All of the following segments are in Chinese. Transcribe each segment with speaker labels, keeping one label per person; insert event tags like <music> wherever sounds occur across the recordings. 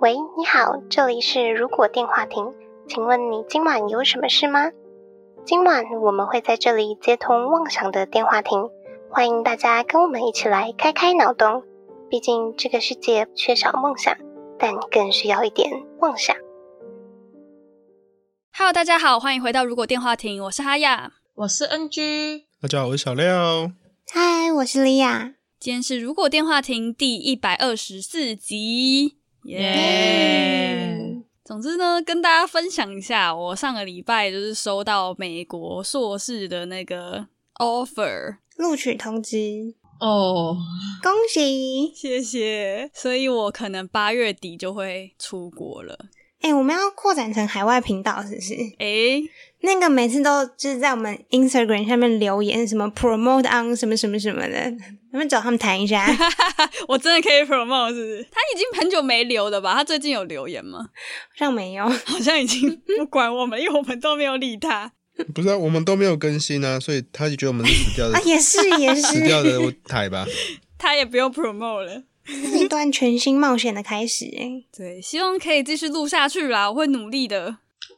Speaker 1: 喂，你好，这里是如果电话亭，请问你今晚有什么事吗？今晚我们会在这里接通妄想的电话亭，欢迎大家跟我们一起来开开脑洞。毕竟这个世界缺少梦想，但更需要一点妄想。
Speaker 2: Hello，大家好，欢迎回到《如果电话亭》，我是哈雅。
Speaker 3: 我是 NG，
Speaker 4: 大家好，我是小廖。
Speaker 5: 嗨，我是莉亚。
Speaker 2: 今天是《如果电话亭》第一百二十四集，耶、总之呢，跟大家分享一下，我上个礼拜就是收到美国硕士的那个 offer，
Speaker 5: 录取通知，
Speaker 3: 哦，
Speaker 5: 恭喜！
Speaker 2: 谢谢。所以我可能八月底就会出国了。
Speaker 5: 哎、我们要扩展成海外频道，是不是？
Speaker 2: 诶、
Speaker 5: 那个每次都就是在我们 Instagram 下面留言，什么 promote on 什么什么什么的，咱们找他们谈
Speaker 2: <laughs>
Speaker 5: 一下。
Speaker 2: 哈哈哈，我真的可以 promote 是不是？他已经很久没留了吧？他最近有留言吗？ <laughs>
Speaker 5: 让没有，啊
Speaker 2: 好像已经不管我们，因为我们都没有理他。
Speaker 4: 不是、啊，我们都没有更新啊，所以他就觉得我们是死掉的
Speaker 5: 啊，也是也
Speaker 4: 死掉
Speaker 5: 是，
Speaker 4: 的台吧。？
Speaker 2: 他也不用 promote 了。
Speaker 5: 一段全新冒险的开始、哎，
Speaker 2: 对，希望可以继续录下去啦，我会努力的。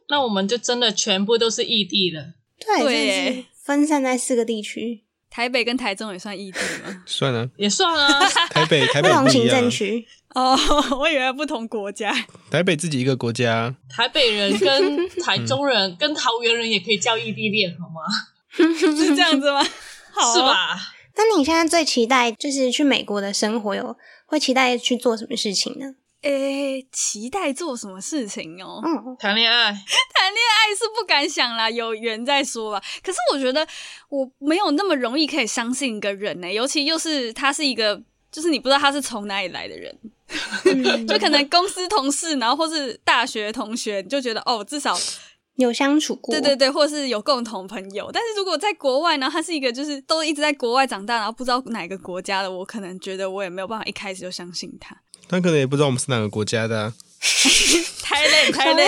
Speaker 3: 那我们就真的全部都是异地了。
Speaker 5: 对，
Speaker 2: 对
Speaker 5: 真的是
Speaker 2: 哎
Speaker 5: 分散在四个地区，
Speaker 2: 台北跟台中也算异地吗
Speaker 4: 算了，
Speaker 3: 也算啊，
Speaker 4: 台北台
Speaker 5: 不
Speaker 4: 北
Speaker 5: 同
Speaker 4: 一
Speaker 5: 行
Speaker 4: 样
Speaker 5: 政
Speaker 4: 啊，
Speaker 5: 区，
Speaker 2: <laughs> 哦， <laughs> 我以为不同国家。 <laughs>
Speaker 4: 台北自己一个国家，
Speaker 3: 台北人跟台中人跟桃园人也可以叫异地恋，好吗？
Speaker 2: 是这样子吗？好，
Speaker 3: 是？吧？
Speaker 5: 那你现在最期待就是去美国的生活有会期待去做什么事情呢？
Speaker 2: <laughs> 诶、期待做什么事情哦？
Speaker 5: 嗯，
Speaker 3: 谈恋爱，
Speaker 2: 谈恋爱是不敢想啦，有缘再说吧。可是我觉得我没有那么容易可以相信一个人呢、尤其又是他是一个，就是你不知道他是从哪里来的人， <laughs> 就可能公司同事，然后或是大学同学，你就觉得哦，至少
Speaker 5: 有相处过，
Speaker 2: 对对对，或是有共同朋友。但是如果在国外，然后他是一个就是都一直在国外长大，然后不知道哪个国家的，我可能觉得我也没有办法一开始就相信他，
Speaker 4: 他可能也不知道我们是哪个国家的、啊。
Speaker 2: 太累太
Speaker 5: <laughs>
Speaker 2: 累。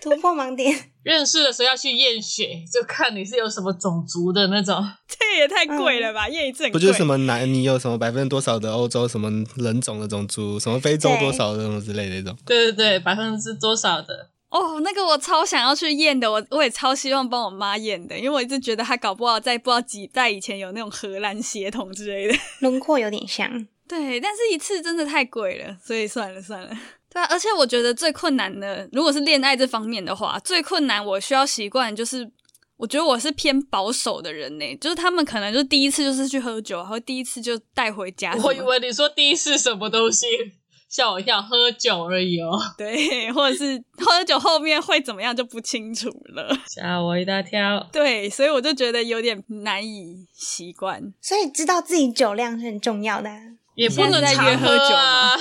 Speaker 5: 突破盲点， <laughs>
Speaker 3: 认识的时候要去验血，就看你是有什么种族的那种。
Speaker 2: <laughs> 这也太贵了吧？验一次很
Speaker 3: 哎
Speaker 4: 不
Speaker 2: 贵，
Speaker 4: 就是什么南，你有什么百分之多少的欧洲什么人种的种族，什么非洲多少的什么之类的那种。
Speaker 3: 对对对，百分之多少的？
Speaker 2: 哦，那个我超想要去验的，我我也超希望帮我妈验的，因为我一直觉得她搞不好在不知道几代以前有那种荷兰血统之类的。
Speaker 5: 轮廓有点像。
Speaker 2: 对，但是一次真的太贵了，所以算了算了。对啊，而且我觉得最困难的，如果是恋爱这方面的话，最困难我需要习惯就是，我觉得我是偏保守的人呢、就是他们可能就第一次就是去喝酒，然后第一次就带回家什么，
Speaker 3: 我以为你说第一次什么东西，吓我一跳，喝酒而已哦，
Speaker 2: 对，或者
Speaker 5: <laughs>
Speaker 2: 是喝酒后面会怎么样就不清楚了。
Speaker 3: 吓我一大跳。
Speaker 2: 对，所以我就觉得有点难以习惯。
Speaker 5: 所以知道自己酒量是很重要的、啊。
Speaker 3: 也不能
Speaker 2: 现在在约
Speaker 3: 常喝
Speaker 2: 喝酒
Speaker 3: 啊
Speaker 2: 吗，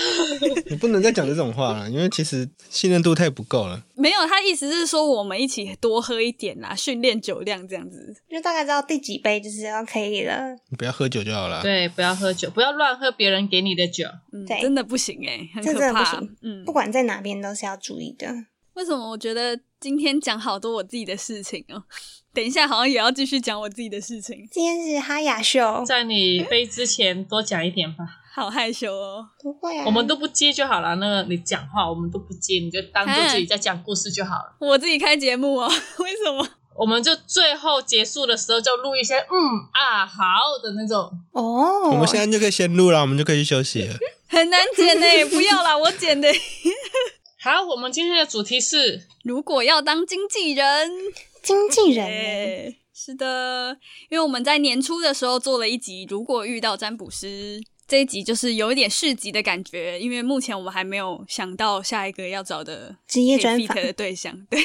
Speaker 4: 你不能再讲这种话了，因为其实信任度太不够了。
Speaker 2: 没有，他意思是说我们一起多喝一点啦，训练酒量这样子。
Speaker 5: 就大概知道第几杯就是要可以了，
Speaker 4: 你不要喝酒就好了。
Speaker 3: 对，不要喝酒，不要乱喝别人给你的酒。
Speaker 2: 嗯，
Speaker 5: 对
Speaker 2: 真的不行哎、很
Speaker 5: 这
Speaker 2: 可
Speaker 5: 真的不
Speaker 2: 怕。
Speaker 5: 行
Speaker 2: 嗯
Speaker 5: 不，管在哪边都是要注意的。
Speaker 2: 为什么我觉得今天讲好多我自己的事情哦？ <laughs> 等一下好像也要继续讲我自己的事情，
Speaker 5: 今天是哈雅秀，
Speaker 3: 在你飞之前多讲一点吧，
Speaker 2: 好害羞哦。
Speaker 5: 不会啊，
Speaker 3: 我们都不接就好了。那个你讲话我们都不接，你就当做自己在讲故事就好了。
Speaker 2: 我自己开节目哦， <laughs> 为什么？
Speaker 3: 我们就最后结束的时候就录一些嗯啊好的那种，
Speaker 5: 哦，
Speaker 4: 我们现在就可以先录了，我们就可以去休息了。
Speaker 2: 很难剪呢、不要
Speaker 5: <laughs>
Speaker 2: 啦，我剪的。
Speaker 3: 好，我们今天的主题是
Speaker 2: <laughs> 如果要当经纪人，
Speaker 5: 经纪人耶、
Speaker 2: 耶是的，因为我们在年初的时候做了一集《如果遇到占卜师》，这一集就是有一点市集的感觉，因为目前我们还没有想到下一个要找的
Speaker 5: 职业专访
Speaker 2: fit 的对象。对，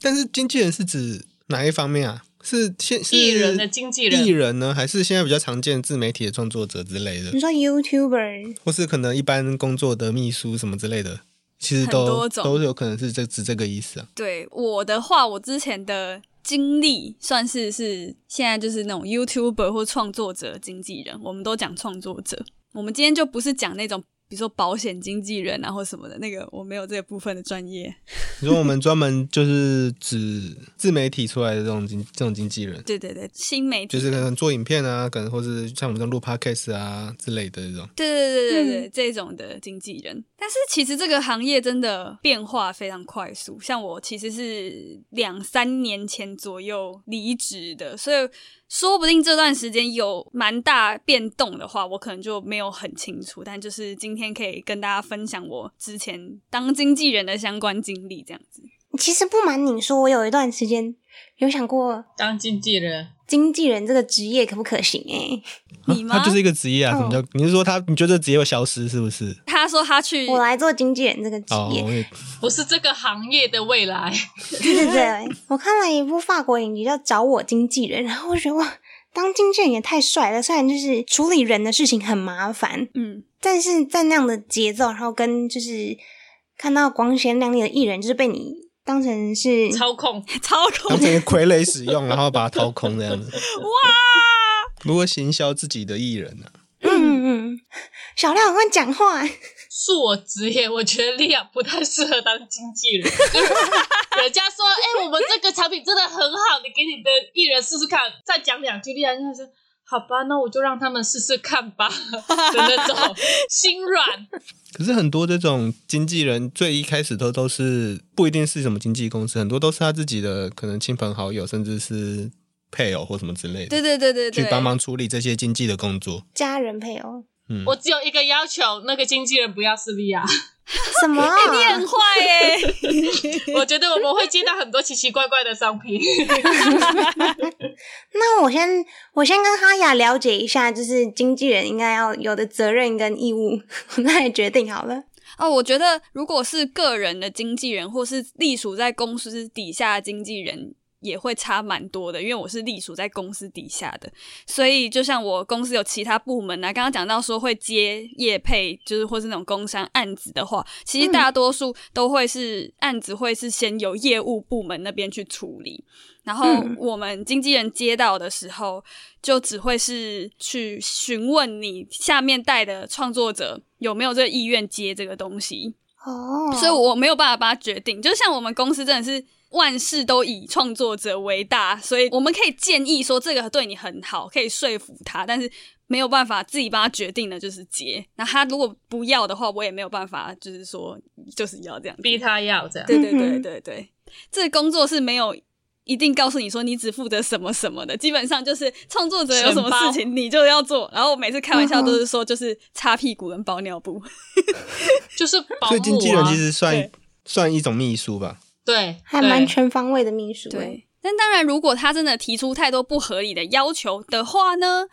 Speaker 4: 但是经纪人是指哪一方面啊？是现是
Speaker 3: 艺人的经纪
Speaker 4: 艺
Speaker 3: 人，
Speaker 4: 人呢，还是现在比较常见自媒体的创作者之类的
Speaker 5: 你，说 YouTuber
Speaker 4: 或是可能一般工作的秘书什么之类的，其实
Speaker 2: 很
Speaker 4: 都
Speaker 2: 多种
Speaker 4: 都有可能是这指这个意思啊。
Speaker 2: 对我的话，我之前的经历算是是现在就是那种 YouTuber 或创作者经纪人，我们都讲创作者。我们今天就不是讲那种比如说保险经纪人啊或什么的，那个我没有这部分的专业。
Speaker 4: 你说我们专门就是指自媒体出来的这种经这种经纪人，
Speaker 2: 对对对，新媒体
Speaker 4: 就是可能做影片啊，可能或是像我们这样录 podcast 啊之类的这种。
Speaker 2: 对对对对对，这种的经纪人。但是其实这个行业真的变化非常快速，像我其实是两三年前左右离职的，所以说不定这段时间有蛮大变动的话，我可能就没有很清楚。但就是今天可以跟大家分享我之前当经纪人的相关经历，这样子。
Speaker 5: 其实不瞒你说，我有一段时间有想过
Speaker 3: 当经纪人，
Speaker 5: 经纪人这个职业可不可行哎、
Speaker 2: 你
Speaker 4: 啊
Speaker 2: 吗？
Speaker 4: 他就是一个职业啊，
Speaker 5: 哦
Speaker 4: 什么叫？你是说他？你觉得这职业会消失是不是？
Speaker 2: 他说他去
Speaker 5: 我来做经纪人这个职
Speaker 4: 哦，
Speaker 5: 业，
Speaker 4: 我也
Speaker 3: 不是这个行业的未
Speaker 4: <laughs>
Speaker 3: 来。
Speaker 5: 对对
Speaker 2: <laughs>
Speaker 5: 对，我看了一部法国影集叫《找我经纪人》，然后我觉得哇，当经纪人也太帅了。虽然就是处理人的事情很麻烦，
Speaker 2: 嗯， <laughs>
Speaker 5: 但是在那样的节奏，然后跟就是看到光鲜亮丽的艺人，就是被你当成是
Speaker 3: 操控，
Speaker 2: 操
Speaker 4: 当
Speaker 2: 控
Speaker 4: 成一个傀儡使用，然后把它掏空这样子。
Speaker 2: 哇！
Speaker 4: 如何行销自己的艺人啊呢、
Speaker 5: 嗯嗯嗯，小亮很会讲话，
Speaker 3: 恕我直言，我觉得莉亚不太适合当经纪人。人家说，哎、我们这个产品真的很好，你给你的艺人试试看，再讲两句，莉亚就是说。好吧，那我就让他们试试看吧的那种心软，
Speaker 4: 可是很多这种经纪人最一开始都都是不一定是什么经纪公司，很多都是他自己的可能亲朋好友，甚至是配偶或什么之类的，
Speaker 2: 对对对对对，
Speaker 4: 去帮忙处理这些经纪的工作。
Speaker 5: 家人配偶
Speaker 2: <laughs>
Speaker 4: 嗯，
Speaker 3: 我只有一个要求，那个经纪人不要是莉亚。
Speaker 5: 什么、啊？
Speaker 2: 你很坏耶、
Speaker 3: 我觉得我们会接到很多奇奇怪怪的商品。
Speaker 5: 那我先我先跟哈雅了解一下，就是经纪人应该要有的责任跟义务， <laughs> 我们来决定好了。
Speaker 2: 哦，我觉得如果是个人的经纪人，或是隶属在公司底下的经纪人，也会差蛮多的。因为我是隶属在公司底下的，所以就像我公司有其他部门啊，刚刚讲到说会接业配，就是或是那种工商案子的话，其实大多数都会是、案子会是先由业务部门那边去处理。然后
Speaker 5: 嗯
Speaker 2: 我们经纪人接到的时候，就只会是去询问你下面带的创作者有没有这个意愿接这个东西，
Speaker 5: 哦，
Speaker 2: 所以我没有办法帮他决定。就像我们公司真的是万事都以创作者为大，所以我们可以建议说这个对你很好，可以说服他，但是没有办法自己帮他决定的就是接。那他如果不要的话，我也没有办法，就是说就是要这样子
Speaker 3: 逼他要这样。
Speaker 2: 对对
Speaker 5: 嗯
Speaker 2: 对
Speaker 5: 哼
Speaker 2: 对对，这个工作是没有一定告诉你说你只负责什么什么的，基本上就是创作者有什么事情你就要做。然后我每次开玩
Speaker 5: 嗯
Speaker 2: 笑都是说，就是擦屁股跟包尿布。
Speaker 3: 就是保姆、啊。
Speaker 4: 所以经纪人其实算
Speaker 2: 对
Speaker 4: 算一种秘书吧。
Speaker 3: 对，
Speaker 5: 还
Speaker 3: 对
Speaker 5: 蛮全方位的秘书。，欸
Speaker 2: 但当然，如果他真的提出太多不合理的要求的话呢，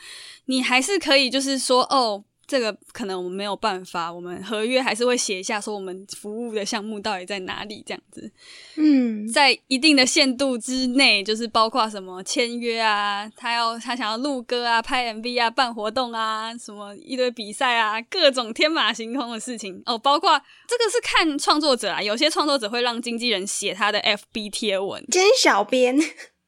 Speaker 2: 你还是可以就是说哦。这个可能我们没有办法，我们合约还是会写一下，说我们服务的项目到底在哪里这样子。
Speaker 5: 嗯，
Speaker 2: 在一定的限度之内，就是包括什么签约啊，他要他想要录歌啊、拍 MV 啊、办活动啊，什么一堆比赛啊，各种天马行空的事情哦。包括这个是看创作者啊，有些创作者会让经纪人写他的 FB 贴文，
Speaker 5: 兼小 <laughs> 编，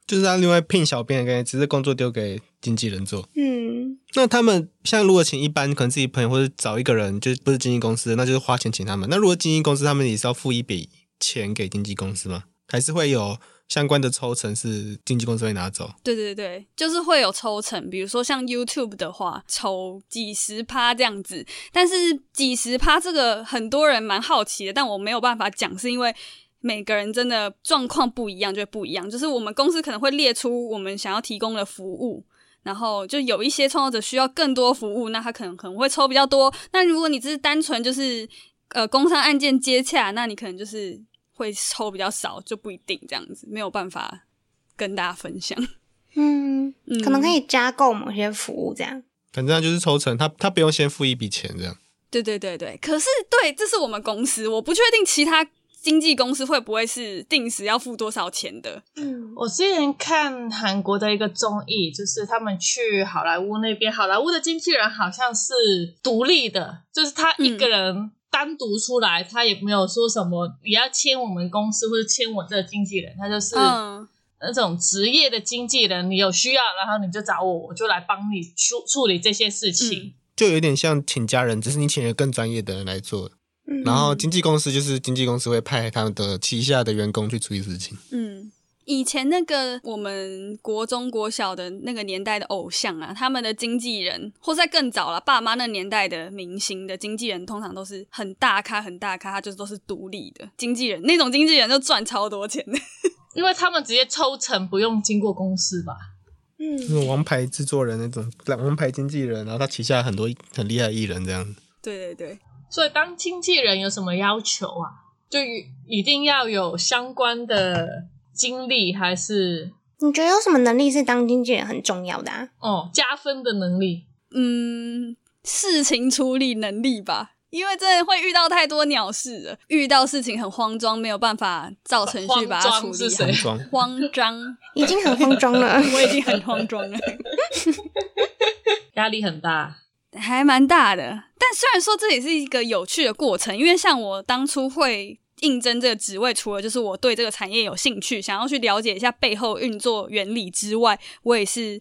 Speaker 4: 就是他另外聘小编的概念，只是工作丢给经纪人做。
Speaker 5: 嗯，
Speaker 4: 那他们像如果请一般可能自己朋友或者找一个人，就是不是经纪公司，那就是花钱请他们。那如果经纪公司，他们也是要付一笔钱给经纪公司吗？还是会有相关的抽成是经纪公司会拿走？
Speaker 2: 对对对，就是会有抽成，比如说像 YouTube 的话，抽几十趴这样子。但是几十趴这个很多人蛮好奇的，但我没有办法讲，是因为每个人真的状况不一样，就不一样。就是我们公司可能会列出我们想要提供的服务。然后就有一些创作者需要更多服务，那他可能可能会抽比较多。那如果你只是单纯就是呃工商案件接洽，那你可能就是会抽比较少，就不一定这样子，没有办法跟大家分享。
Speaker 5: 嗯，
Speaker 2: 嗯
Speaker 5: 可能可以加购某些服务这样。
Speaker 4: 反正他就是抽成，他他不用先付一笔钱这样。
Speaker 2: 对对对对，可是对，这是我们公司，我不确定其他经纪公司会不会是定时要付多少钱的。
Speaker 5: 嗯，
Speaker 3: 我之前看韩国的一个综艺，就是他们去好莱坞那边，好莱坞的经纪人好像是独立的，就是他一个人单独出来，他也没有说什么你要签我们公司或者签我这个经纪人，他就是
Speaker 2: 嗯，
Speaker 3: 那种职业的经纪人，你有需要，然后你就找我，我就来帮你处处理这些事情。
Speaker 4: 就有点像请家人，只是你请了更专业的人来做。
Speaker 5: 嗯
Speaker 4: 然后经纪公司就是经纪公司会派他们的旗下的员工去处理事情。
Speaker 2: 嗯，以前那个我们国中、国小的那个年代的偶像啊，他们的经纪人，或在更早了，爸妈那年代的明星的经纪人，通常都是很大咖、很大咖，他就是都是独立的经纪人，那种经纪人就赚超多钱的。 <laughs>
Speaker 3: 因为他们直接抽成，不用经过公司吧？
Speaker 4: 那
Speaker 5: 嗯，
Speaker 4: 种王牌制作人那种王牌经纪人，然后他旗下很多很厉害的艺人这样子。
Speaker 2: 对对对，
Speaker 3: 所以当经纪人有什么要求啊？就一定要有相关的经历，还是
Speaker 5: 你觉得有什么能力是当经纪人很重要的 <laughs> 啊？
Speaker 3: 哦加分的能力？
Speaker 2: 嗯，事情处理能力吧。因为真的会遇到太多鸟事了，遇到事情很慌张，没有办法照程序把它
Speaker 3: 慌
Speaker 2: 处
Speaker 3: 张
Speaker 2: 理
Speaker 3: 是
Speaker 2: 好
Speaker 3: 谁。
Speaker 4: 装
Speaker 2: 慌张，
Speaker 5: 已经很慌张 <laughs> 了。
Speaker 2: 我已经很慌张了。
Speaker 3: 压力很大。
Speaker 2: 还蛮大的。但虽然说这也是一个有趣的过程，因为像我当初会应征这个职位，除了就是我对这个产业有兴趣，想要去了解一下背后运作原理之外，我也是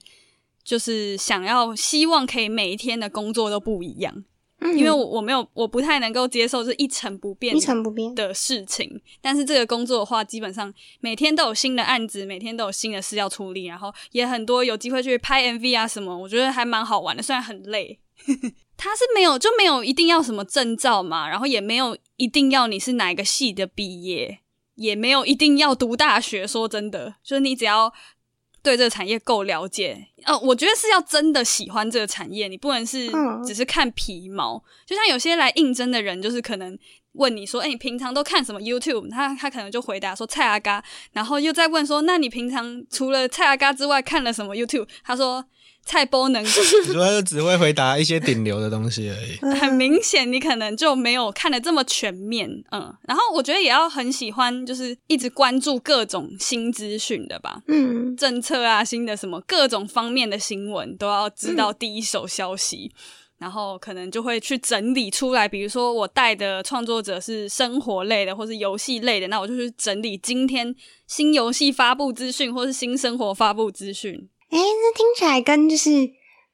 Speaker 2: 就是想要希望可以每一天的工作都不一样，
Speaker 5: 嗯
Speaker 2: 因为我我没有我不太能够接受这一成不变
Speaker 5: 一成不变，
Speaker 2: 的事情，但是这个工作的话，基本上每天都有新的案子，每天都有新的事要处理，然后也很多有机会去拍 MV 啊什么，我觉得还蛮好玩的，虽然很累。 <laughs> 他是没有就没有一定要什么证照嘛，然后也没有一定要你是哪一个系的毕业，也没有一定要读大学。说真的，就是你只要对这个产业够了解，呃，我觉得是要真的喜欢这个产业，你不能是
Speaker 5: 嗯
Speaker 2: 只是看皮毛。就像有些来应征的人，就是可能问你说：“哎、你平常都看什么 YouTube？” 他他可能就回答说：“蔡阿嘎。”然后又再问说：“那你平常除了蔡阿嘎之外看了什么 YouTube？” 他说：“蔡波能。”
Speaker 4: 主要只会回答一些顶流的东西而已。
Speaker 2: 很
Speaker 5: 嗯
Speaker 2: 明显，你可能就没有看的这么全面，嗯。然后我觉得也要很喜欢，就是一直关注各种新资讯的吧，
Speaker 5: 嗯，
Speaker 2: 政策啊、新的什么各种方面的新闻都要知道第一手消息。然后可能就会去整理出来，比如说我带的创作者是生活类的，或是游戏类的，那我就去整理今天新游戏发布资讯，或是新生活发布资讯。
Speaker 5: 哎、那听起来跟就是，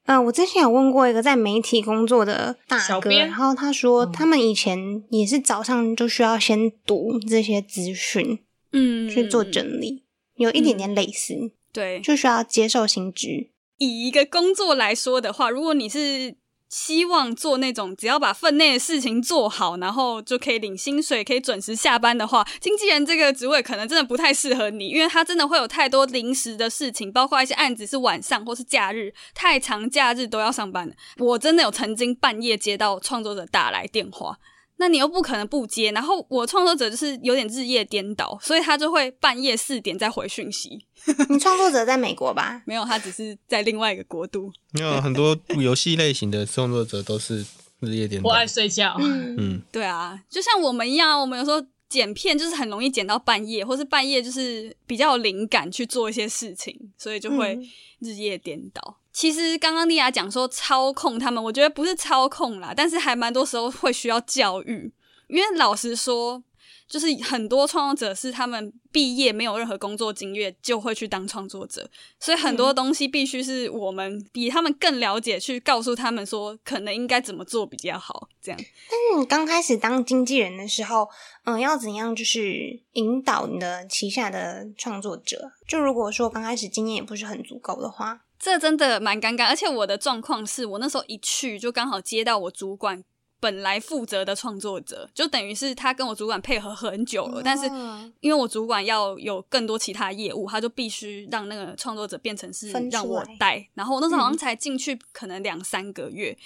Speaker 5: 呃，我之前有问过一个在媒体工作的大
Speaker 3: 小
Speaker 5: 哥，
Speaker 3: 编
Speaker 5: 然后他说
Speaker 4: 嗯
Speaker 5: 他们以前也是早上就需要先读这些资讯
Speaker 2: 嗯，
Speaker 5: 去做整理，有一点点类似，
Speaker 2: 对，
Speaker 5: 就需要接受新知。
Speaker 2: 以一个工作来说的话，如果你是希望做那种只要把分内的事情做好，然后就可以领薪水、可以准时下班的话，经纪人这个职位可能真的不太适合你，因为他真的会有太多临时的事情，包括一些案子是晚上或是假日，太长假日都要上班的。我真的有曾经半夜接到创作者打来电话，那你又不可能不接。然后我创作者就是有点日夜颠倒，所以他就会半夜四点再回讯息。
Speaker 5: 你创作者在美国吧？
Speaker 2: 没有，他只是在另外一个国度。
Speaker 4: 你有啊很多游戏类型的创作者都是日夜颠倒
Speaker 3: 我。爱睡觉，
Speaker 5: 嗯，
Speaker 4: 嗯，
Speaker 2: 对啊，就像我们一样啊，我们有时候剪片就是很容易剪到半夜，或是半夜就是比较有灵感去做一些事情，所以就会
Speaker 5: 嗯
Speaker 2: 日夜颠倒。其实刚刚莉亚讲说操控他们，我觉得不是操控啦，但是还蛮多时候会需要教育，因为老实说。就是很多创作者是他们毕业没有任何工作经验就会去当创作者，所以很多东西必须是我们比他们更了解，去告诉他们说可能应该怎么做比较好，这样。
Speaker 5: 那你嗯刚开始当经纪人的时候，嗯、要怎样就是引导你的旗下的创作者？就如果说刚开始经验也不是很足够的话，
Speaker 2: 这真的蛮尴尬，而且我的状况是我那时候一去就刚好接到我主管本来负责的创作者，就等于是他跟我主管配合很久了，但是
Speaker 5: 哦
Speaker 2: 因为我主管要有更多其他业务，他就必须让那个创作者变成是
Speaker 5: 分出
Speaker 2: 让我
Speaker 5: 来
Speaker 2: 带，然后我那时候好像
Speaker 5: 嗯
Speaker 2: 才进去可能两三个月，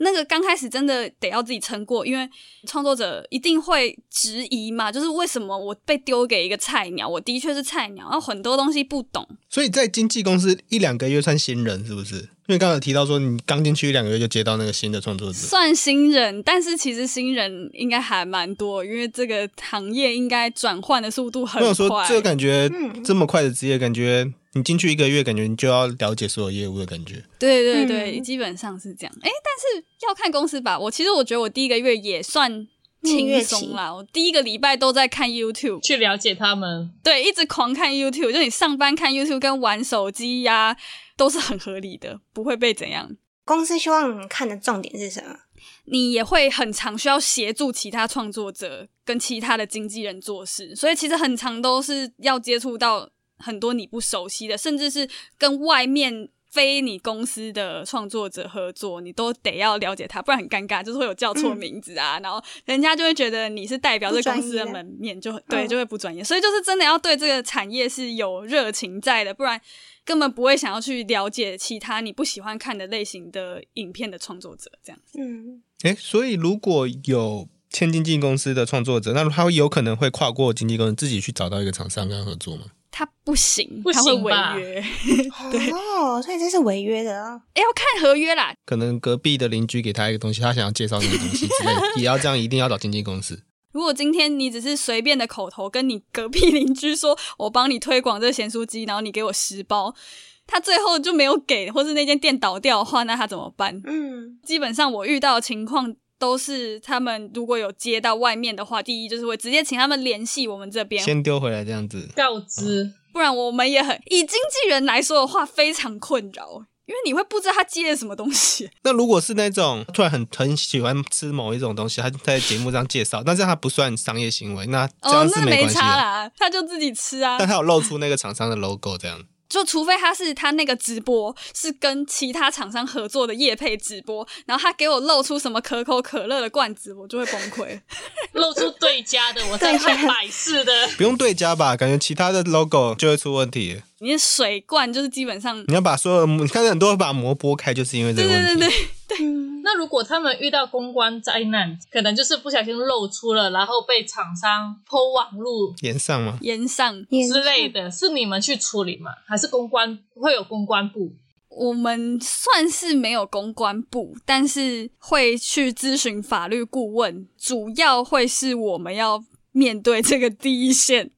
Speaker 2: 那个刚开始真的得要自己撑过，因为创作者一定会质疑嘛，就是为什么我被丢给一个菜鸟，我的确是菜鸟，然后很多东西不懂。
Speaker 4: 所以在经纪公司一两个月算新人是不是？因为刚刚有提到说你刚进去一两个月就接到那个新的创作者，
Speaker 2: 算新人，但是其实新人应该还蛮多，因为这个行业应该转换的速度很
Speaker 4: 没有说
Speaker 2: 快。
Speaker 4: 这个感觉
Speaker 5: 嗯
Speaker 4: 这么快的职业，感觉你进去一个月，感觉你就要了解所有业务的感觉。
Speaker 2: 对对对，
Speaker 5: 嗯
Speaker 2: 基本上是这样。哎，但是要看公司吧。我其实我觉得我第一个月也算轻松啦，我第一个礼拜都在看 YouTube，
Speaker 3: 去了解他们。
Speaker 2: 对，一直狂看 YouTube。就你上班看 YouTube 跟玩手机呀、都是很合理的，不会被怎样。
Speaker 5: 公司希望你看的重点是什么？
Speaker 2: 你也会很常需要协助其他创作者跟其他的经纪人做事，所以其实很常都是要接触到很多你不熟悉的，甚至是跟外面非你公司的创作者合作，你都得要了解他，不然很尴尬，就是会有叫错名字啊，然后人家就会觉得你是代表这公司的门面，就会对
Speaker 5: 嗯
Speaker 2: 就会不专业，所以就是真的要对这个产业是有热情在的，不然根本不会想要去了解其他你不喜欢看的类型的影片的创作者这样。
Speaker 5: 嗯，
Speaker 4: 哎，所以如果有签经纪公司的创作者，那他有可能会跨过经纪公司自己去找到一个厂商跟他合作吗？
Speaker 2: 他不行，
Speaker 3: 不
Speaker 2: 他会
Speaker 3: 行
Speaker 2: 违
Speaker 3: 吧
Speaker 2: 约， <laughs>
Speaker 5: 哦，所以这是违约的啊。
Speaker 2: 哎要看合约啦。
Speaker 4: 可能隔壁的邻居给他一个东西，他想要介绍那个东西
Speaker 2: <laughs>
Speaker 4: 之类的，也要这样，一定要找经纪公司。
Speaker 2: 如果今天你只是随便的口头跟你隔壁邻居说，我帮你推广这个咸酥鸡，然后你给我十包， <laughs> 他最后就没有给，或是那间店倒掉的话，那他怎么办？ <laughs>
Speaker 5: 嗯，
Speaker 2: 基本上我遇到的情况都是，他们如果有接到外面的话，第一就是会直接请他们联系我们这边，
Speaker 4: 先丢回来这样子，
Speaker 3: 告知，
Speaker 2: 不然我们也很以经纪人来说的话非常困扰，因为你会不知道他接了什么东
Speaker 4: <laughs>
Speaker 2: 西。
Speaker 4: 那如果是那种突然很很喜欢吃某一种东西，他在节目上介绍，但是他不算商业行为，那这
Speaker 2: 哦
Speaker 4: 样，是
Speaker 2: 那
Speaker 4: 没
Speaker 2: 没
Speaker 4: 关系的。
Speaker 2: 差啦，他就自己吃啊。
Speaker 4: 但他有露出那个厂商的 logo 这样。
Speaker 2: 就除非他是他那个直播是跟其他厂商合作的业配直播，然后他给我露出什么可口可乐的罐子，我就会崩
Speaker 4: <laughs>
Speaker 2: 溃。
Speaker 3: 露出对家
Speaker 5: <laughs>
Speaker 3: 的，我才
Speaker 5: 对家
Speaker 3: 看百事的。
Speaker 4: 不用对家吧，感觉其他的 logo 就会出问题。
Speaker 2: 你的水罐就是基本上，
Speaker 4: 你要把所有的膜，你看很多人把膜剥开，就是因嗯为这
Speaker 2: 对
Speaker 4: 个问
Speaker 2: 对
Speaker 4: 题。
Speaker 2: 对对，
Speaker 3: 那如果他们遇到公关灾难，可能就是不小心露出了，然后被厂商抛网路
Speaker 4: 延上吗？
Speaker 2: 延上
Speaker 3: 之类的，是你们去处理吗？还是公关会有公关部？
Speaker 2: 我们算是没有公关部，但是会去咨询法律顾问，主要会是我们要面对这个第一线。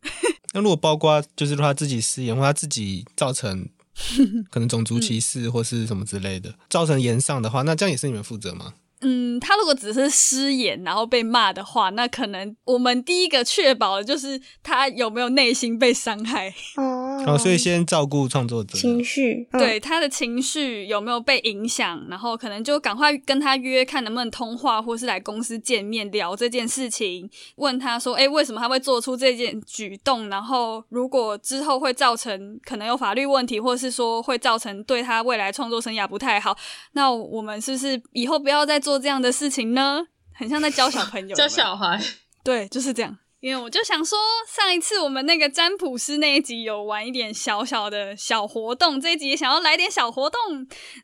Speaker 4: 那如果包括就是他自己失言，或他自己造成可能种族歧视或是什么之类的，造成延上的话，那这样也是你们负责吗？
Speaker 2: 嗯，他如果只是失言然后被骂的话，那可能我们第一个确保的就是他有没有内心被伤害，
Speaker 5: 哦
Speaker 4: 然后、所以先照顾创作者。
Speaker 5: 情绪，嗯
Speaker 2: 对他的情绪有没有被影响，然后可能就赶快跟他约，看能不能通话，或是来公司见面聊这件事情，问他说，哎，为什么他会做出这件举动？然后如果之后会造成可能有法律问题，或是说会造成对他未来创作生涯不太好，那我们是不是以后不要再做这样的事情呢？很像在教小朋友，有没
Speaker 3: <laughs> 教
Speaker 2: 有
Speaker 3: 小孩，
Speaker 2: 对，就是这样。因为我就想说，上一次我们那个占卜师那一集有玩一点小小的小活动，这一集也想要来点小活动。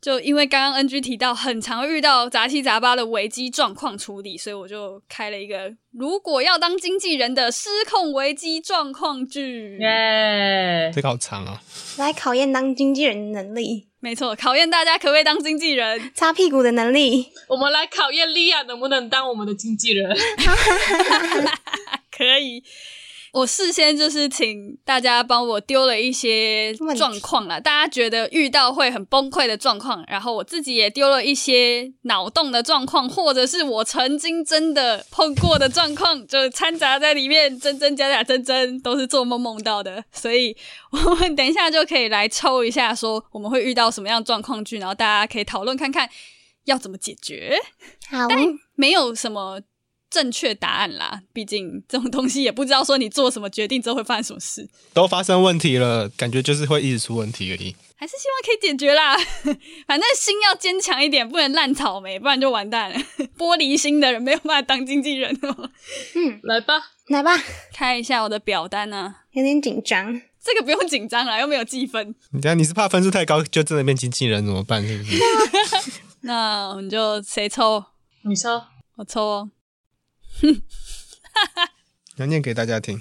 Speaker 2: 就因为刚刚 NG 提到，很常遇到杂七杂八的危机状况处理，所以我就开了一个如果要当经纪人的失控危机状况剧。
Speaker 3: 耶、
Speaker 4: 这个好长啊！
Speaker 5: 来考验当经纪人的能力，
Speaker 2: 没错，考验大家可不可以当经纪人。
Speaker 5: 擦屁股的能力。
Speaker 3: 我们来考验莉亚能不能当我们的经纪
Speaker 2: <laughs>
Speaker 3: 人。
Speaker 2: 可以。我事先就是请大家帮我丢了一些
Speaker 5: 问题
Speaker 2: 状况啦，大家觉得遇到会很崩溃的状况，然后我自己也丢了一些脑洞的状况，或者是我曾经真的碰过的状况，就掺杂在里面，真真假假，真真都是做梦梦到的。所以我们等一下就可以来抽一下，说我们会遇到什么样的状况剧，然后大家可以讨论看看要怎么解决。
Speaker 5: 好，
Speaker 2: 没有什么正确答案啦，毕竟这种东西也不知道说你做什么决定之后会发生什么事，
Speaker 4: 都发生问题了，感觉就是会一直出问题而已。
Speaker 2: 还是希望可以解决啦。 <laughs> 反正心要坚强一点，不能烂草莓，不然就完蛋了。 <laughs> 玻璃心的人没有办法当经纪人哦。 <laughs>
Speaker 3: 来吧，
Speaker 5: 来吧，
Speaker 2: 看一下我的表单啊，
Speaker 5: 有点紧张。
Speaker 2: 这个不用紧张啦，又没有计分。
Speaker 4: 你看你是怕分数太高就真的变经纪人怎么办？是不是？
Speaker 2: 那我们就谁抽？
Speaker 3: 你说
Speaker 2: 我抽哦。
Speaker 4: 要念给大家听。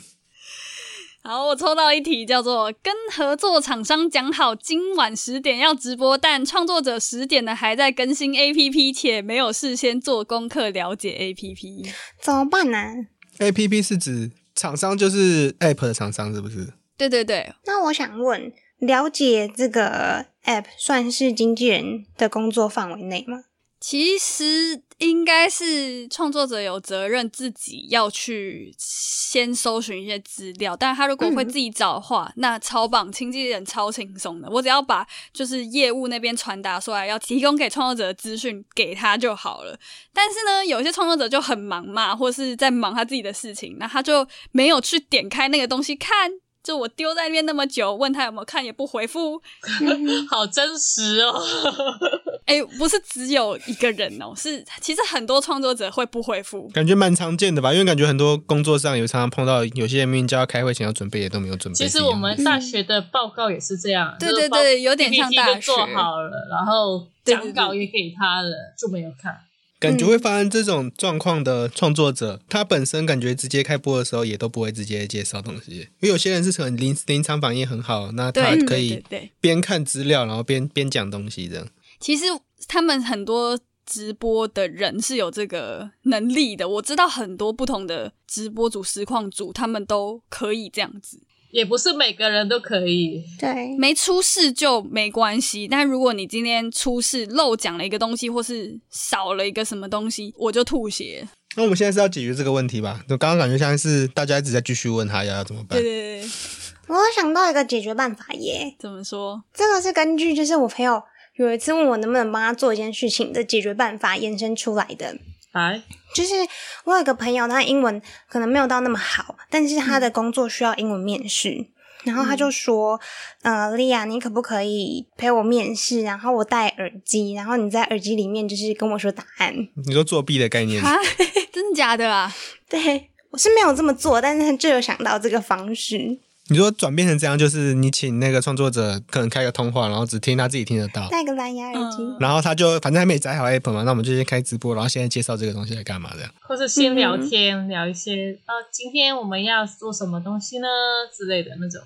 Speaker 2: 好，我抽到一题叫做“跟合作厂商讲好今晚十点要直播，但创作者十点呢还在更新 APP，且没有事先做功课了解 APP。
Speaker 5: 怎么办呢、啊？
Speaker 4: A P P 是指厂商就是 App 的厂商是不是？”
Speaker 2: 对对对，
Speaker 5: 那我想问，了解这个 app 算是经纪人的工作范围内吗？
Speaker 2: 其实应该是创作者有责任自己要去先搜寻一些资料，但他如果会
Speaker 5: 嗯
Speaker 2: 自己找的话，那超棒，经纪人超轻松的。我只要把就是业务那边传达出来，要提供给创作者的资讯给他就好了。但是呢，有一些创作者就很忙嘛，或是在忙他自己的事情，那他就没有去点开那个东西看。就我丢在那边那么久，问他有没有看也不回复，
Speaker 3: 好真实哦。
Speaker 2: 哎、不是只有一个人哦，是其实很多创作者会不回复，
Speaker 4: 感觉蛮常见的吧？因为感觉很多工作上有常常碰到，有些人明明就要开会前要准备，也都没有准
Speaker 3: <laughs>
Speaker 4: 备。
Speaker 3: 其实我们大学的报告也是这样，
Speaker 2: 嗯对
Speaker 3: 就是
Speaker 2: 对
Speaker 3: 报
Speaker 2: 对有点像
Speaker 3: PPT
Speaker 2: 大
Speaker 3: 就做
Speaker 2: 学
Speaker 3: 好了，然后
Speaker 2: 对对
Speaker 3: 讲稿也给他了，就没有看。
Speaker 4: 感觉会发生这种状况的创作者，他本身感觉直接开播的时候也都不会直接介绍东西，因为有些人是很临临场反应很好，那他
Speaker 2: 嗯对
Speaker 4: 可
Speaker 2: 对
Speaker 4: 以
Speaker 2: 对对
Speaker 4: 边看资料然后边边讲东西这样。
Speaker 2: 其实他们很多直播的人是有这个能力的，我知道很多不同的直播主、实况主，他们都可以这样子，
Speaker 3: 也不是每个人都可以，
Speaker 5: <laughs> 对，
Speaker 2: 没出事就没关系。但如果你今天出事漏讲了一个东西，或是少了一个什么东西，我就吐血。
Speaker 4: 那我们现在是要解决这个问题吧？就刚刚感觉像是大家一直在继续问他要要怎么
Speaker 2: 对。
Speaker 4: 办
Speaker 2: 对对，
Speaker 5: 我有想到一个解决办法耶，
Speaker 2: 怎么说？
Speaker 5: 这个是根据就是我朋友有一次问我能不能帮他做一件事情的解决办法延伸出来的。
Speaker 3: 哎，
Speaker 5: 就是我有个朋友，他英文可能没有到那么好，但是他的工作需要英文面试，然后他就说：“呃，莉亚，你可不可以陪我面试？然后我戴耳机，然后你在耳机里面就是跟我说答案。
Speaker 4: 你说作弊的概念，
Speaker 2: 啊， <laughs> 真的假的啊？”
Speaker 5: <laughs> 对我是没有这么做，但是就有想到这个
Speaker 2: <laughs>
Speaker 5: 方式，
Speaker 4: 你说转变成这样，就是你请那个创作者可能开个通话，然后只听他自己听得到，
Speaker 5: 戴个蓝牙耳机。
Speaker 2: 嗯
Speaker 4: 然后他就反正还没载好 app 嘛，那我们就先开直播，然后现在介绍这个东西来干嘛的。
Speaker 3: 或是先聊天，
Speaker 2: 嗯
Speaker 3: 聊一些呃，今天我们要做什么东西呢之类的那种。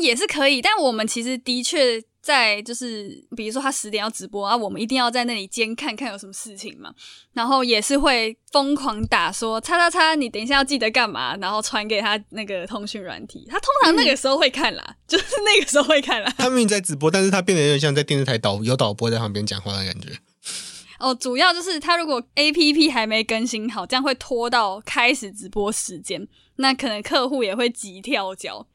Speaker 2: 也是可以，但我们其实的确在就是，比如说他十点要直播啊，我们一定要在那里监看看有什么事情嘛，然后也是会疯狂打说叉叉叉，你等一下要记得干嘛，然后传给他那个通讯软体，他通常那个时候会看啦， <laughs> 就是那个时候会看啦。
Speaker 4: 他明明在直播，但是他变得有点像在电视台导有导播在旁边讲话的感觉。
Speaker 2: 哦，主要就是他如果 A P P 还没更新好，这样会拖到开始直播时间，那可能客户也会急跳脚。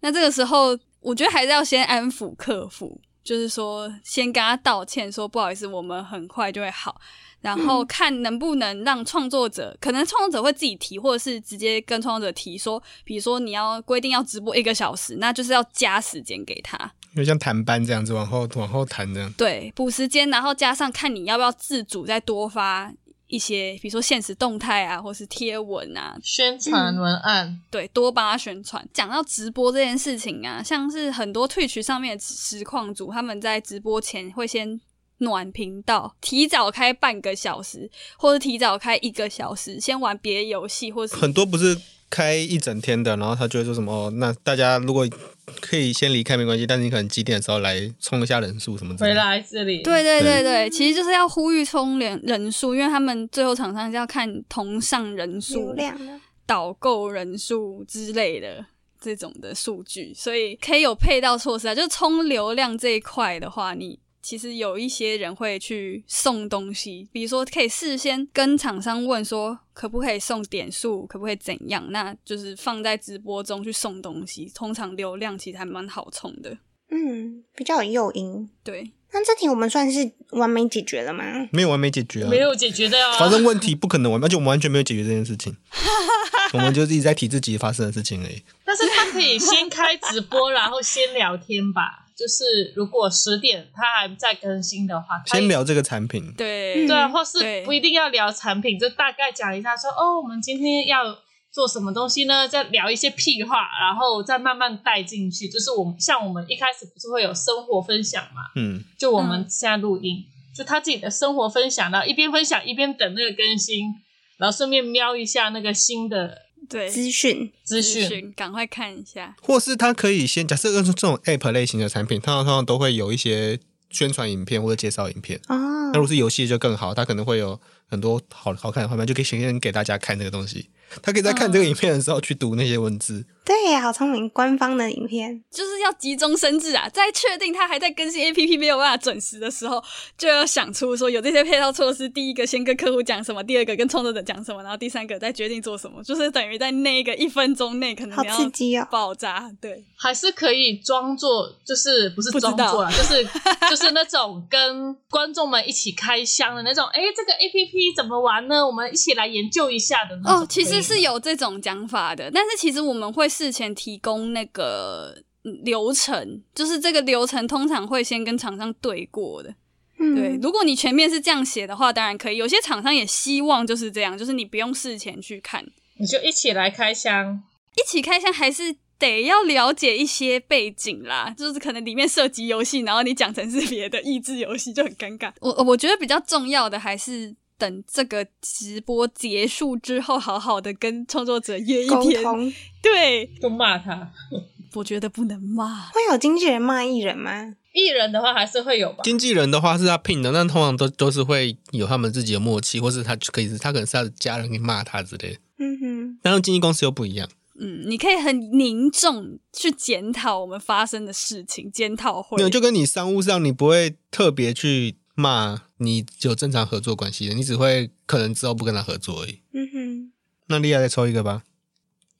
Speaker 2: 那这个时候，我觉得还是要先安抚客户，就是说先跟他道歉，说不好意思，我们很快就会好，然后看能不能让创作者，可能创作者会自己提，或者是直接跟创作者提说，比如说你要规定要直播一个小时，那就是要加时间给他。
Speaker 4: 就像谈班这样子，往后往后谈这样。
Speaker 2: 对，补时间，然后加上看你要不要自主再多发一些，比如说现实动态啊，或是贴文啊，
Speaker 3: 宣传文案，
Speaker 2: 对，多帮他宣传。讲到直播这件事情啊，像是很多 Twitch 上面的实况组，他们在直播前会先暖频道，提早开半个小时，或者提早开一个小时，先玩别的游戏，或是
Speaker 4: 很多不是开一整天的，然后他就会说什么哦，那大家如果可以先离开没关系，但是你可能几点的时候来冲一下人数什么之类
Speaker 3: 回
Speaker 4: 的。
Speaker 3: 来这里。
Speaker 2: 对对对
Speaker 4: 对
Speaker 2: 对，其实就是要呼吁冲人人数，因为他们最后厂商是要看同上人
Speaker 5: 流
Speaker 2: 数
Speaker 5: 量呢？
Speaker 2: 导购人数之类的这种的数据，所以可以有配套措施啊。就是冲流量这一块的话，你其实有一些人会去送东西，比如说可以事先跟厂商问说可不可以送点数，可不可以怎样，那就是放在直播中去送东西，通常流量其实还蛮好冲的。
Speaker 5: 嗯，比较有诱因。
Speaker 2: 对，
Speaker 5: 那这题我们算是完美解决了吗？
Speaker 4: 没有完美解决啊，
Speaker 3: 没有解决的啊。
Speaker 4: 发生问题不可能完，而且我们完全没有解决这件事
Speaker 3: <laughs>
Speaker 4: 情，我们就是一直在提自己发生的事情而已。
Speaker 3: 但是他可以先开直播，然后先聊天吧。 <laughs> 就是如果十点他还在更新的话，他也
Speaker 4: 先聊这个产品，
Speaker 2: 对，
Speaker 3: 对啊，
Speaker 5: 嗯
Speaker 3: 或是
Speaker 2: 对
Speaker 3: 不一定要聊产品，就大概讲一下说哦，我们今天要做什么东西呢？再聊一些屁话，然后再慢慢带进去。就是我们像我们一开始不是会有生活分享嘛？
Speaker 4: 嗯，
Speaker 3: 就我们现在录音，就他自己的生活分享，然后一边分享一边等那个更新，然后顺便瞄一下那个新的
Speaker 2: 对，
Speaker 5: 资讯，
Speaker 3: 资
Speaker 2: 资
Speaker 3: 讯。
Speaker 2: 讯赶快看一下。
Speaker 4: 或是他可以先假设这种 app 类型的产品，它通常都会有一些宣传影片或者介绍影片。
Speaker 5: 哦
Speaker 2: 嗯
Speaker 4: 那如，果是游戏就更好，它可能会有很多好好看的画面，就可以显现给大家看这个东西。他可以在看这个影片的时候去读那些文字，
Speaker 5: 对呀，好聪明！官方的影片，
Speaker 2: 就是要急中生智啊，在确定它还在更新 APP 没有办法准时的时候，就要想出说有这些配套措施，第一个先跟客户讲什么，第二个跟创作者讲什么，然后第三个再决定做什么，就是等于在那个一分钟内可能
Speaker 5: 好
Speaker 2: 你要
Speaker 5: 刺激哦！
Speaker 2: 爆炸，对，
Speaker 3: 还是可以装作，就是不是
Speaker 2: 不知道
Speaker 3: 装作啦，就是 <laughs> 就是那种跟观众们一起开箱的那种。哎，这个 A P P 怎么玩呢？我们一起来研究一下的那种
Speaker 2: 哦，其实是
Speaker 3: 可以吗
Speaker 2: 有这种讲法的，但是其实我们会事前提供那个嗯流程，就是这个流程通常会先跟厂商对过的。
Speaker 5: 嗯
Speaker 2: 对，如果你全面是这样写的话，当然可以。有些厂商也希望就是这样，就是你不用事前去看，
Speaker 3: 你就一起来开箱。
Speaker 2: 一起开箱还是。得要了解一些背景啦，就是可能里面涉及游戏，然后你讲成是别的益智游戏就很尴尬。我我觉得比较重要的还是等这个直播结束之后，好好的跟创作者约一
Speaker 5: 沟
Speaker 2: 天，
Speaker 5: 通
Speaker 2: 对，
Speaker 3: 就骂他。
Speaker 2: 我觉得不能骂。
Speaker 5: 会有经纪人骂艺人吗？
Speaker 3: 艺人的话还是会有吧，
Speaker 4: 经纪人的话是他聘的，但通常都都是会有他们自己的默契，或是他可以是他可能是他的家人可以骂他之类的。
Speaker 5: 嗯哼，
Speaker 4: 但是经纪公司又不一样，
Speaker 2: 嗯，你可以很凝重去检讨我们发生的事情，检讨会
Speaker 4: 没有就跟你商务上你不会特别去骂你有正常合作关系的，你只会可能之后不跟他合作而已。
Speaker 5: 嗯哼，
Speaker 4: 那莉亚再抽一个吧。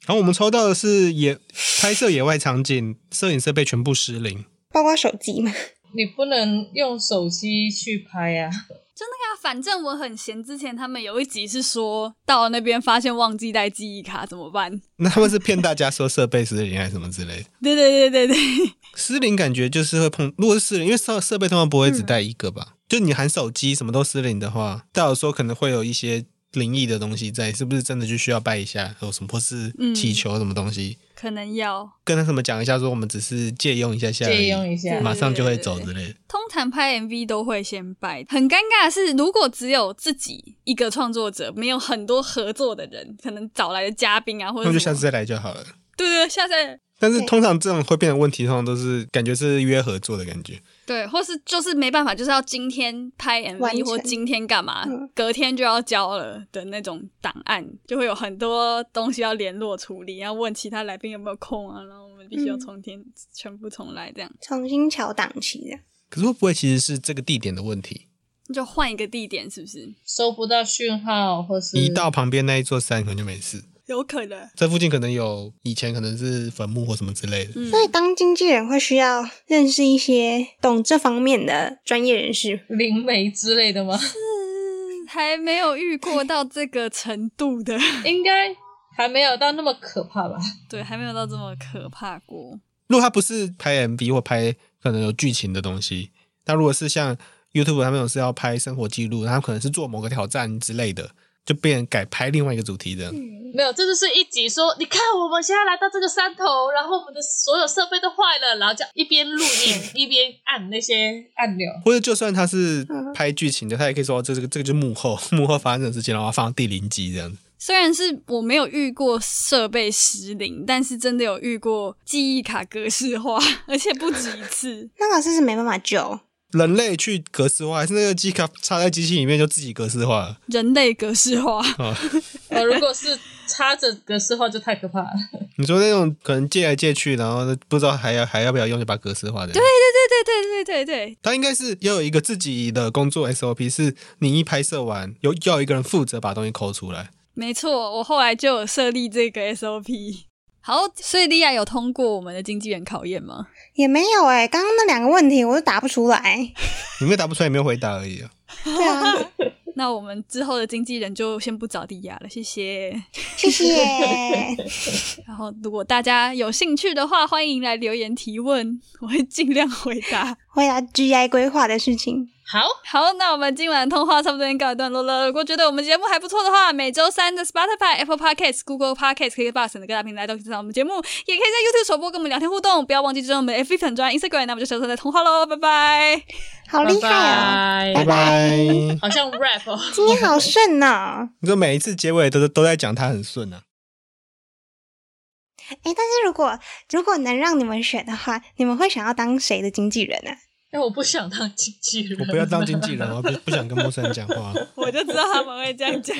Speaker 4: 然后我们抽到的是野拍摄野外场景，摄影设备全部失灵。
Speaker 5: 包括手机嘛， <laughs>
Speaker 3: 你不能用手机去拍啊。
Speaker 2: 就那个啊、反正我很闲。之前他们有一集是说到了那边发现忘记带记忆卡怎么办？
Speaker 4: 那他们是骗大家说设备失灵还是什么之类的？
Speaker 2: 对对对对对，
Speaker 4: 失灵感觉就是会碰，如果是失灵，因为设设备通常不会只带一个吧？就你含手机什么都失灵的话，代表说可能会有一些灵异的东西在，是不是真的就需要拜一下，有什么或是
Speaker 2: 嗯
Speaker 4: 祈求什么东
Speaker 3: 嗯
Speaker 4: 西，
Speaker 2: 可能要。
Speaker 4: 跟他们讲一下说我们只是借用一下下而已，
Speaker 3: 借用一下
Speaker 4: 马上就会走之类的。
Speaker 2: 通常拍 MV 都会先拜，很尴尬的是，如果只有自己一个创作者，没有很多合作的人，可能找来的嘉宾啊，或
Speaker 4: 那
Speaker 2: 者
Speaker 4: 么就
Speaker 2: 什
Speaker 4: 下
Speaker 2: 么
Speaker 4: 次再来就好了。
Speaker 2: 对对对，下次再
Speaker 4: 但是
Speaker 5: 对
Speaker 4: 通常这种会变成问题，通常都是感觉是约合作的感觉。
Speaker 2: 对，或是就是没办法，就是要今天拍
Speaker 5: 完
Speaker 2: MV
Speaker 5: 成
Speaker 2: 或今天干嘛，
Speaker 5: 嗯
Speaker 2: 隔天就要交了的那种档案，就会有很多东西要联络处理，要问其他来宾有没有空啊，然后我们必须要
Speaker 5: 嗯
Speaker 2: 从天、全部重来，这样
Speaker 5: 重新调档期的，
Speaker 4: 可是会不会其实是这个地点的问题？
Speaker 2: 就换一个地点，是不是？
Speaker 3: 收不到讯号，或是
Speaker 4: 移到旁边那一座山可能就没事，
Speaker 2: 有可能。
Speaker 4: 这附近可能有以前可能是坟墓或什么之类的。
Speaker 2: 嗯，
Speaker 5: 所以当经纪人会需要认识一些懂这方面的专业人士。
Speaker 3: 灵媒之类的吗？ <laughs>
Speaker 2: 是还没有遇过到这个程度的，
Speaker 3: 应该还没有到那么可怕吧？
Speaker 2: 对，还没有到这么可怕过。
Speaker 4: 如果他不是拍 MV 或拍可能有剧情的东西，那如果是像 YouTube 他们有是要拍生活记录，然后可能是做某个挑战之类的，就变改拍另外一个主题的。
Speaker 3: 没有，这就是一集说，你看我们现在来到这个山头，然后我们的所有设备都坏了，然后就一边录 <laughs> 影一边按那些按钮。
Speaker 4: 或者就算他是拍剧情的，他也可以说、哦、这这个这个就是幕后幕后发生的事情，然后放到第零集这样子。
Speaker 2: 虽然是我没有遇过设备失灵，但是真的有遇过记忆卡格式化，而且不止一次。
Speaker 5: 那个是不是没办法救，
Speaker 4: 人类去格式化，还是那个机卡插在机器里面就自己格式化了？
Speaker 2: 人类格式化， <laughs>
Speaker 4: 啊、
Speaker 3: 呃，如果是插着格式化，就太可怕了。
Speaker 4: 你说那种可能借来借去，然后不知道还要还要不要用，就把它格式化的。对，
Speaker 2: 对对对对对对，
Speaker 4: 它应该是要有一个自己的工作 SOP，是你一拍摄完，有要有一个人负责把东西抠出来。
Speaker 2: 没错，我后来就有设立这个 SOP。好，所以莉亚有通过我们的经纪人考验吗？
Speaker 5: 也没有哎、刚刚那两个问题我都答不出来。
Speaker 4: 你没有答不出来，也没有回答而已啊。
Speaker 5: 对啊，
Speaker 2: 那我们之后的经纪人就先不找莉亚了，谢谢。
Speaker 5: 谢谢。
Speaker 2: 然后如果大家有兴趣的话，欢迎来留言提问，我会尽量回答。
Speaker 5: 回答 GI 规划的事情，
Speaker 3: 好，
Speaker 2: 好，那我们今晚的通话差不多已经告一段落了。如果觉得我们节目还不错的话，每周三的 Spotify、Apple Podcasts、Google Podcasts、KKBox 等各大平台都可以听到我们节目，也可以在 YouTube 首播跟我们聊天互动。不要忘记追踪我们的 FB 粉专、Instagram。那我们就下周再通话喽，拜拜。
Speaker 5: 好厉害啊！
Speaker 3: 拜拜，
Speaker 4: 拜拜。你
Speaker 3: 好像 rap 哦。 <laughs>
Speaker 5: 今天好顺哦。
Speaker 4: 说每一次结尾都都在讲他很顺啊，
Speaker 5: 哎，但是如果如果能让你们选的话，你们会想要当谁的经纪人呢、啊？
Speaker 3: 因为我不想当经纪人，
Speaker 4: 我不要当经纪人，我不不想跟陌生人讲话。
Speaker 2: 我就知道他们会这样讲。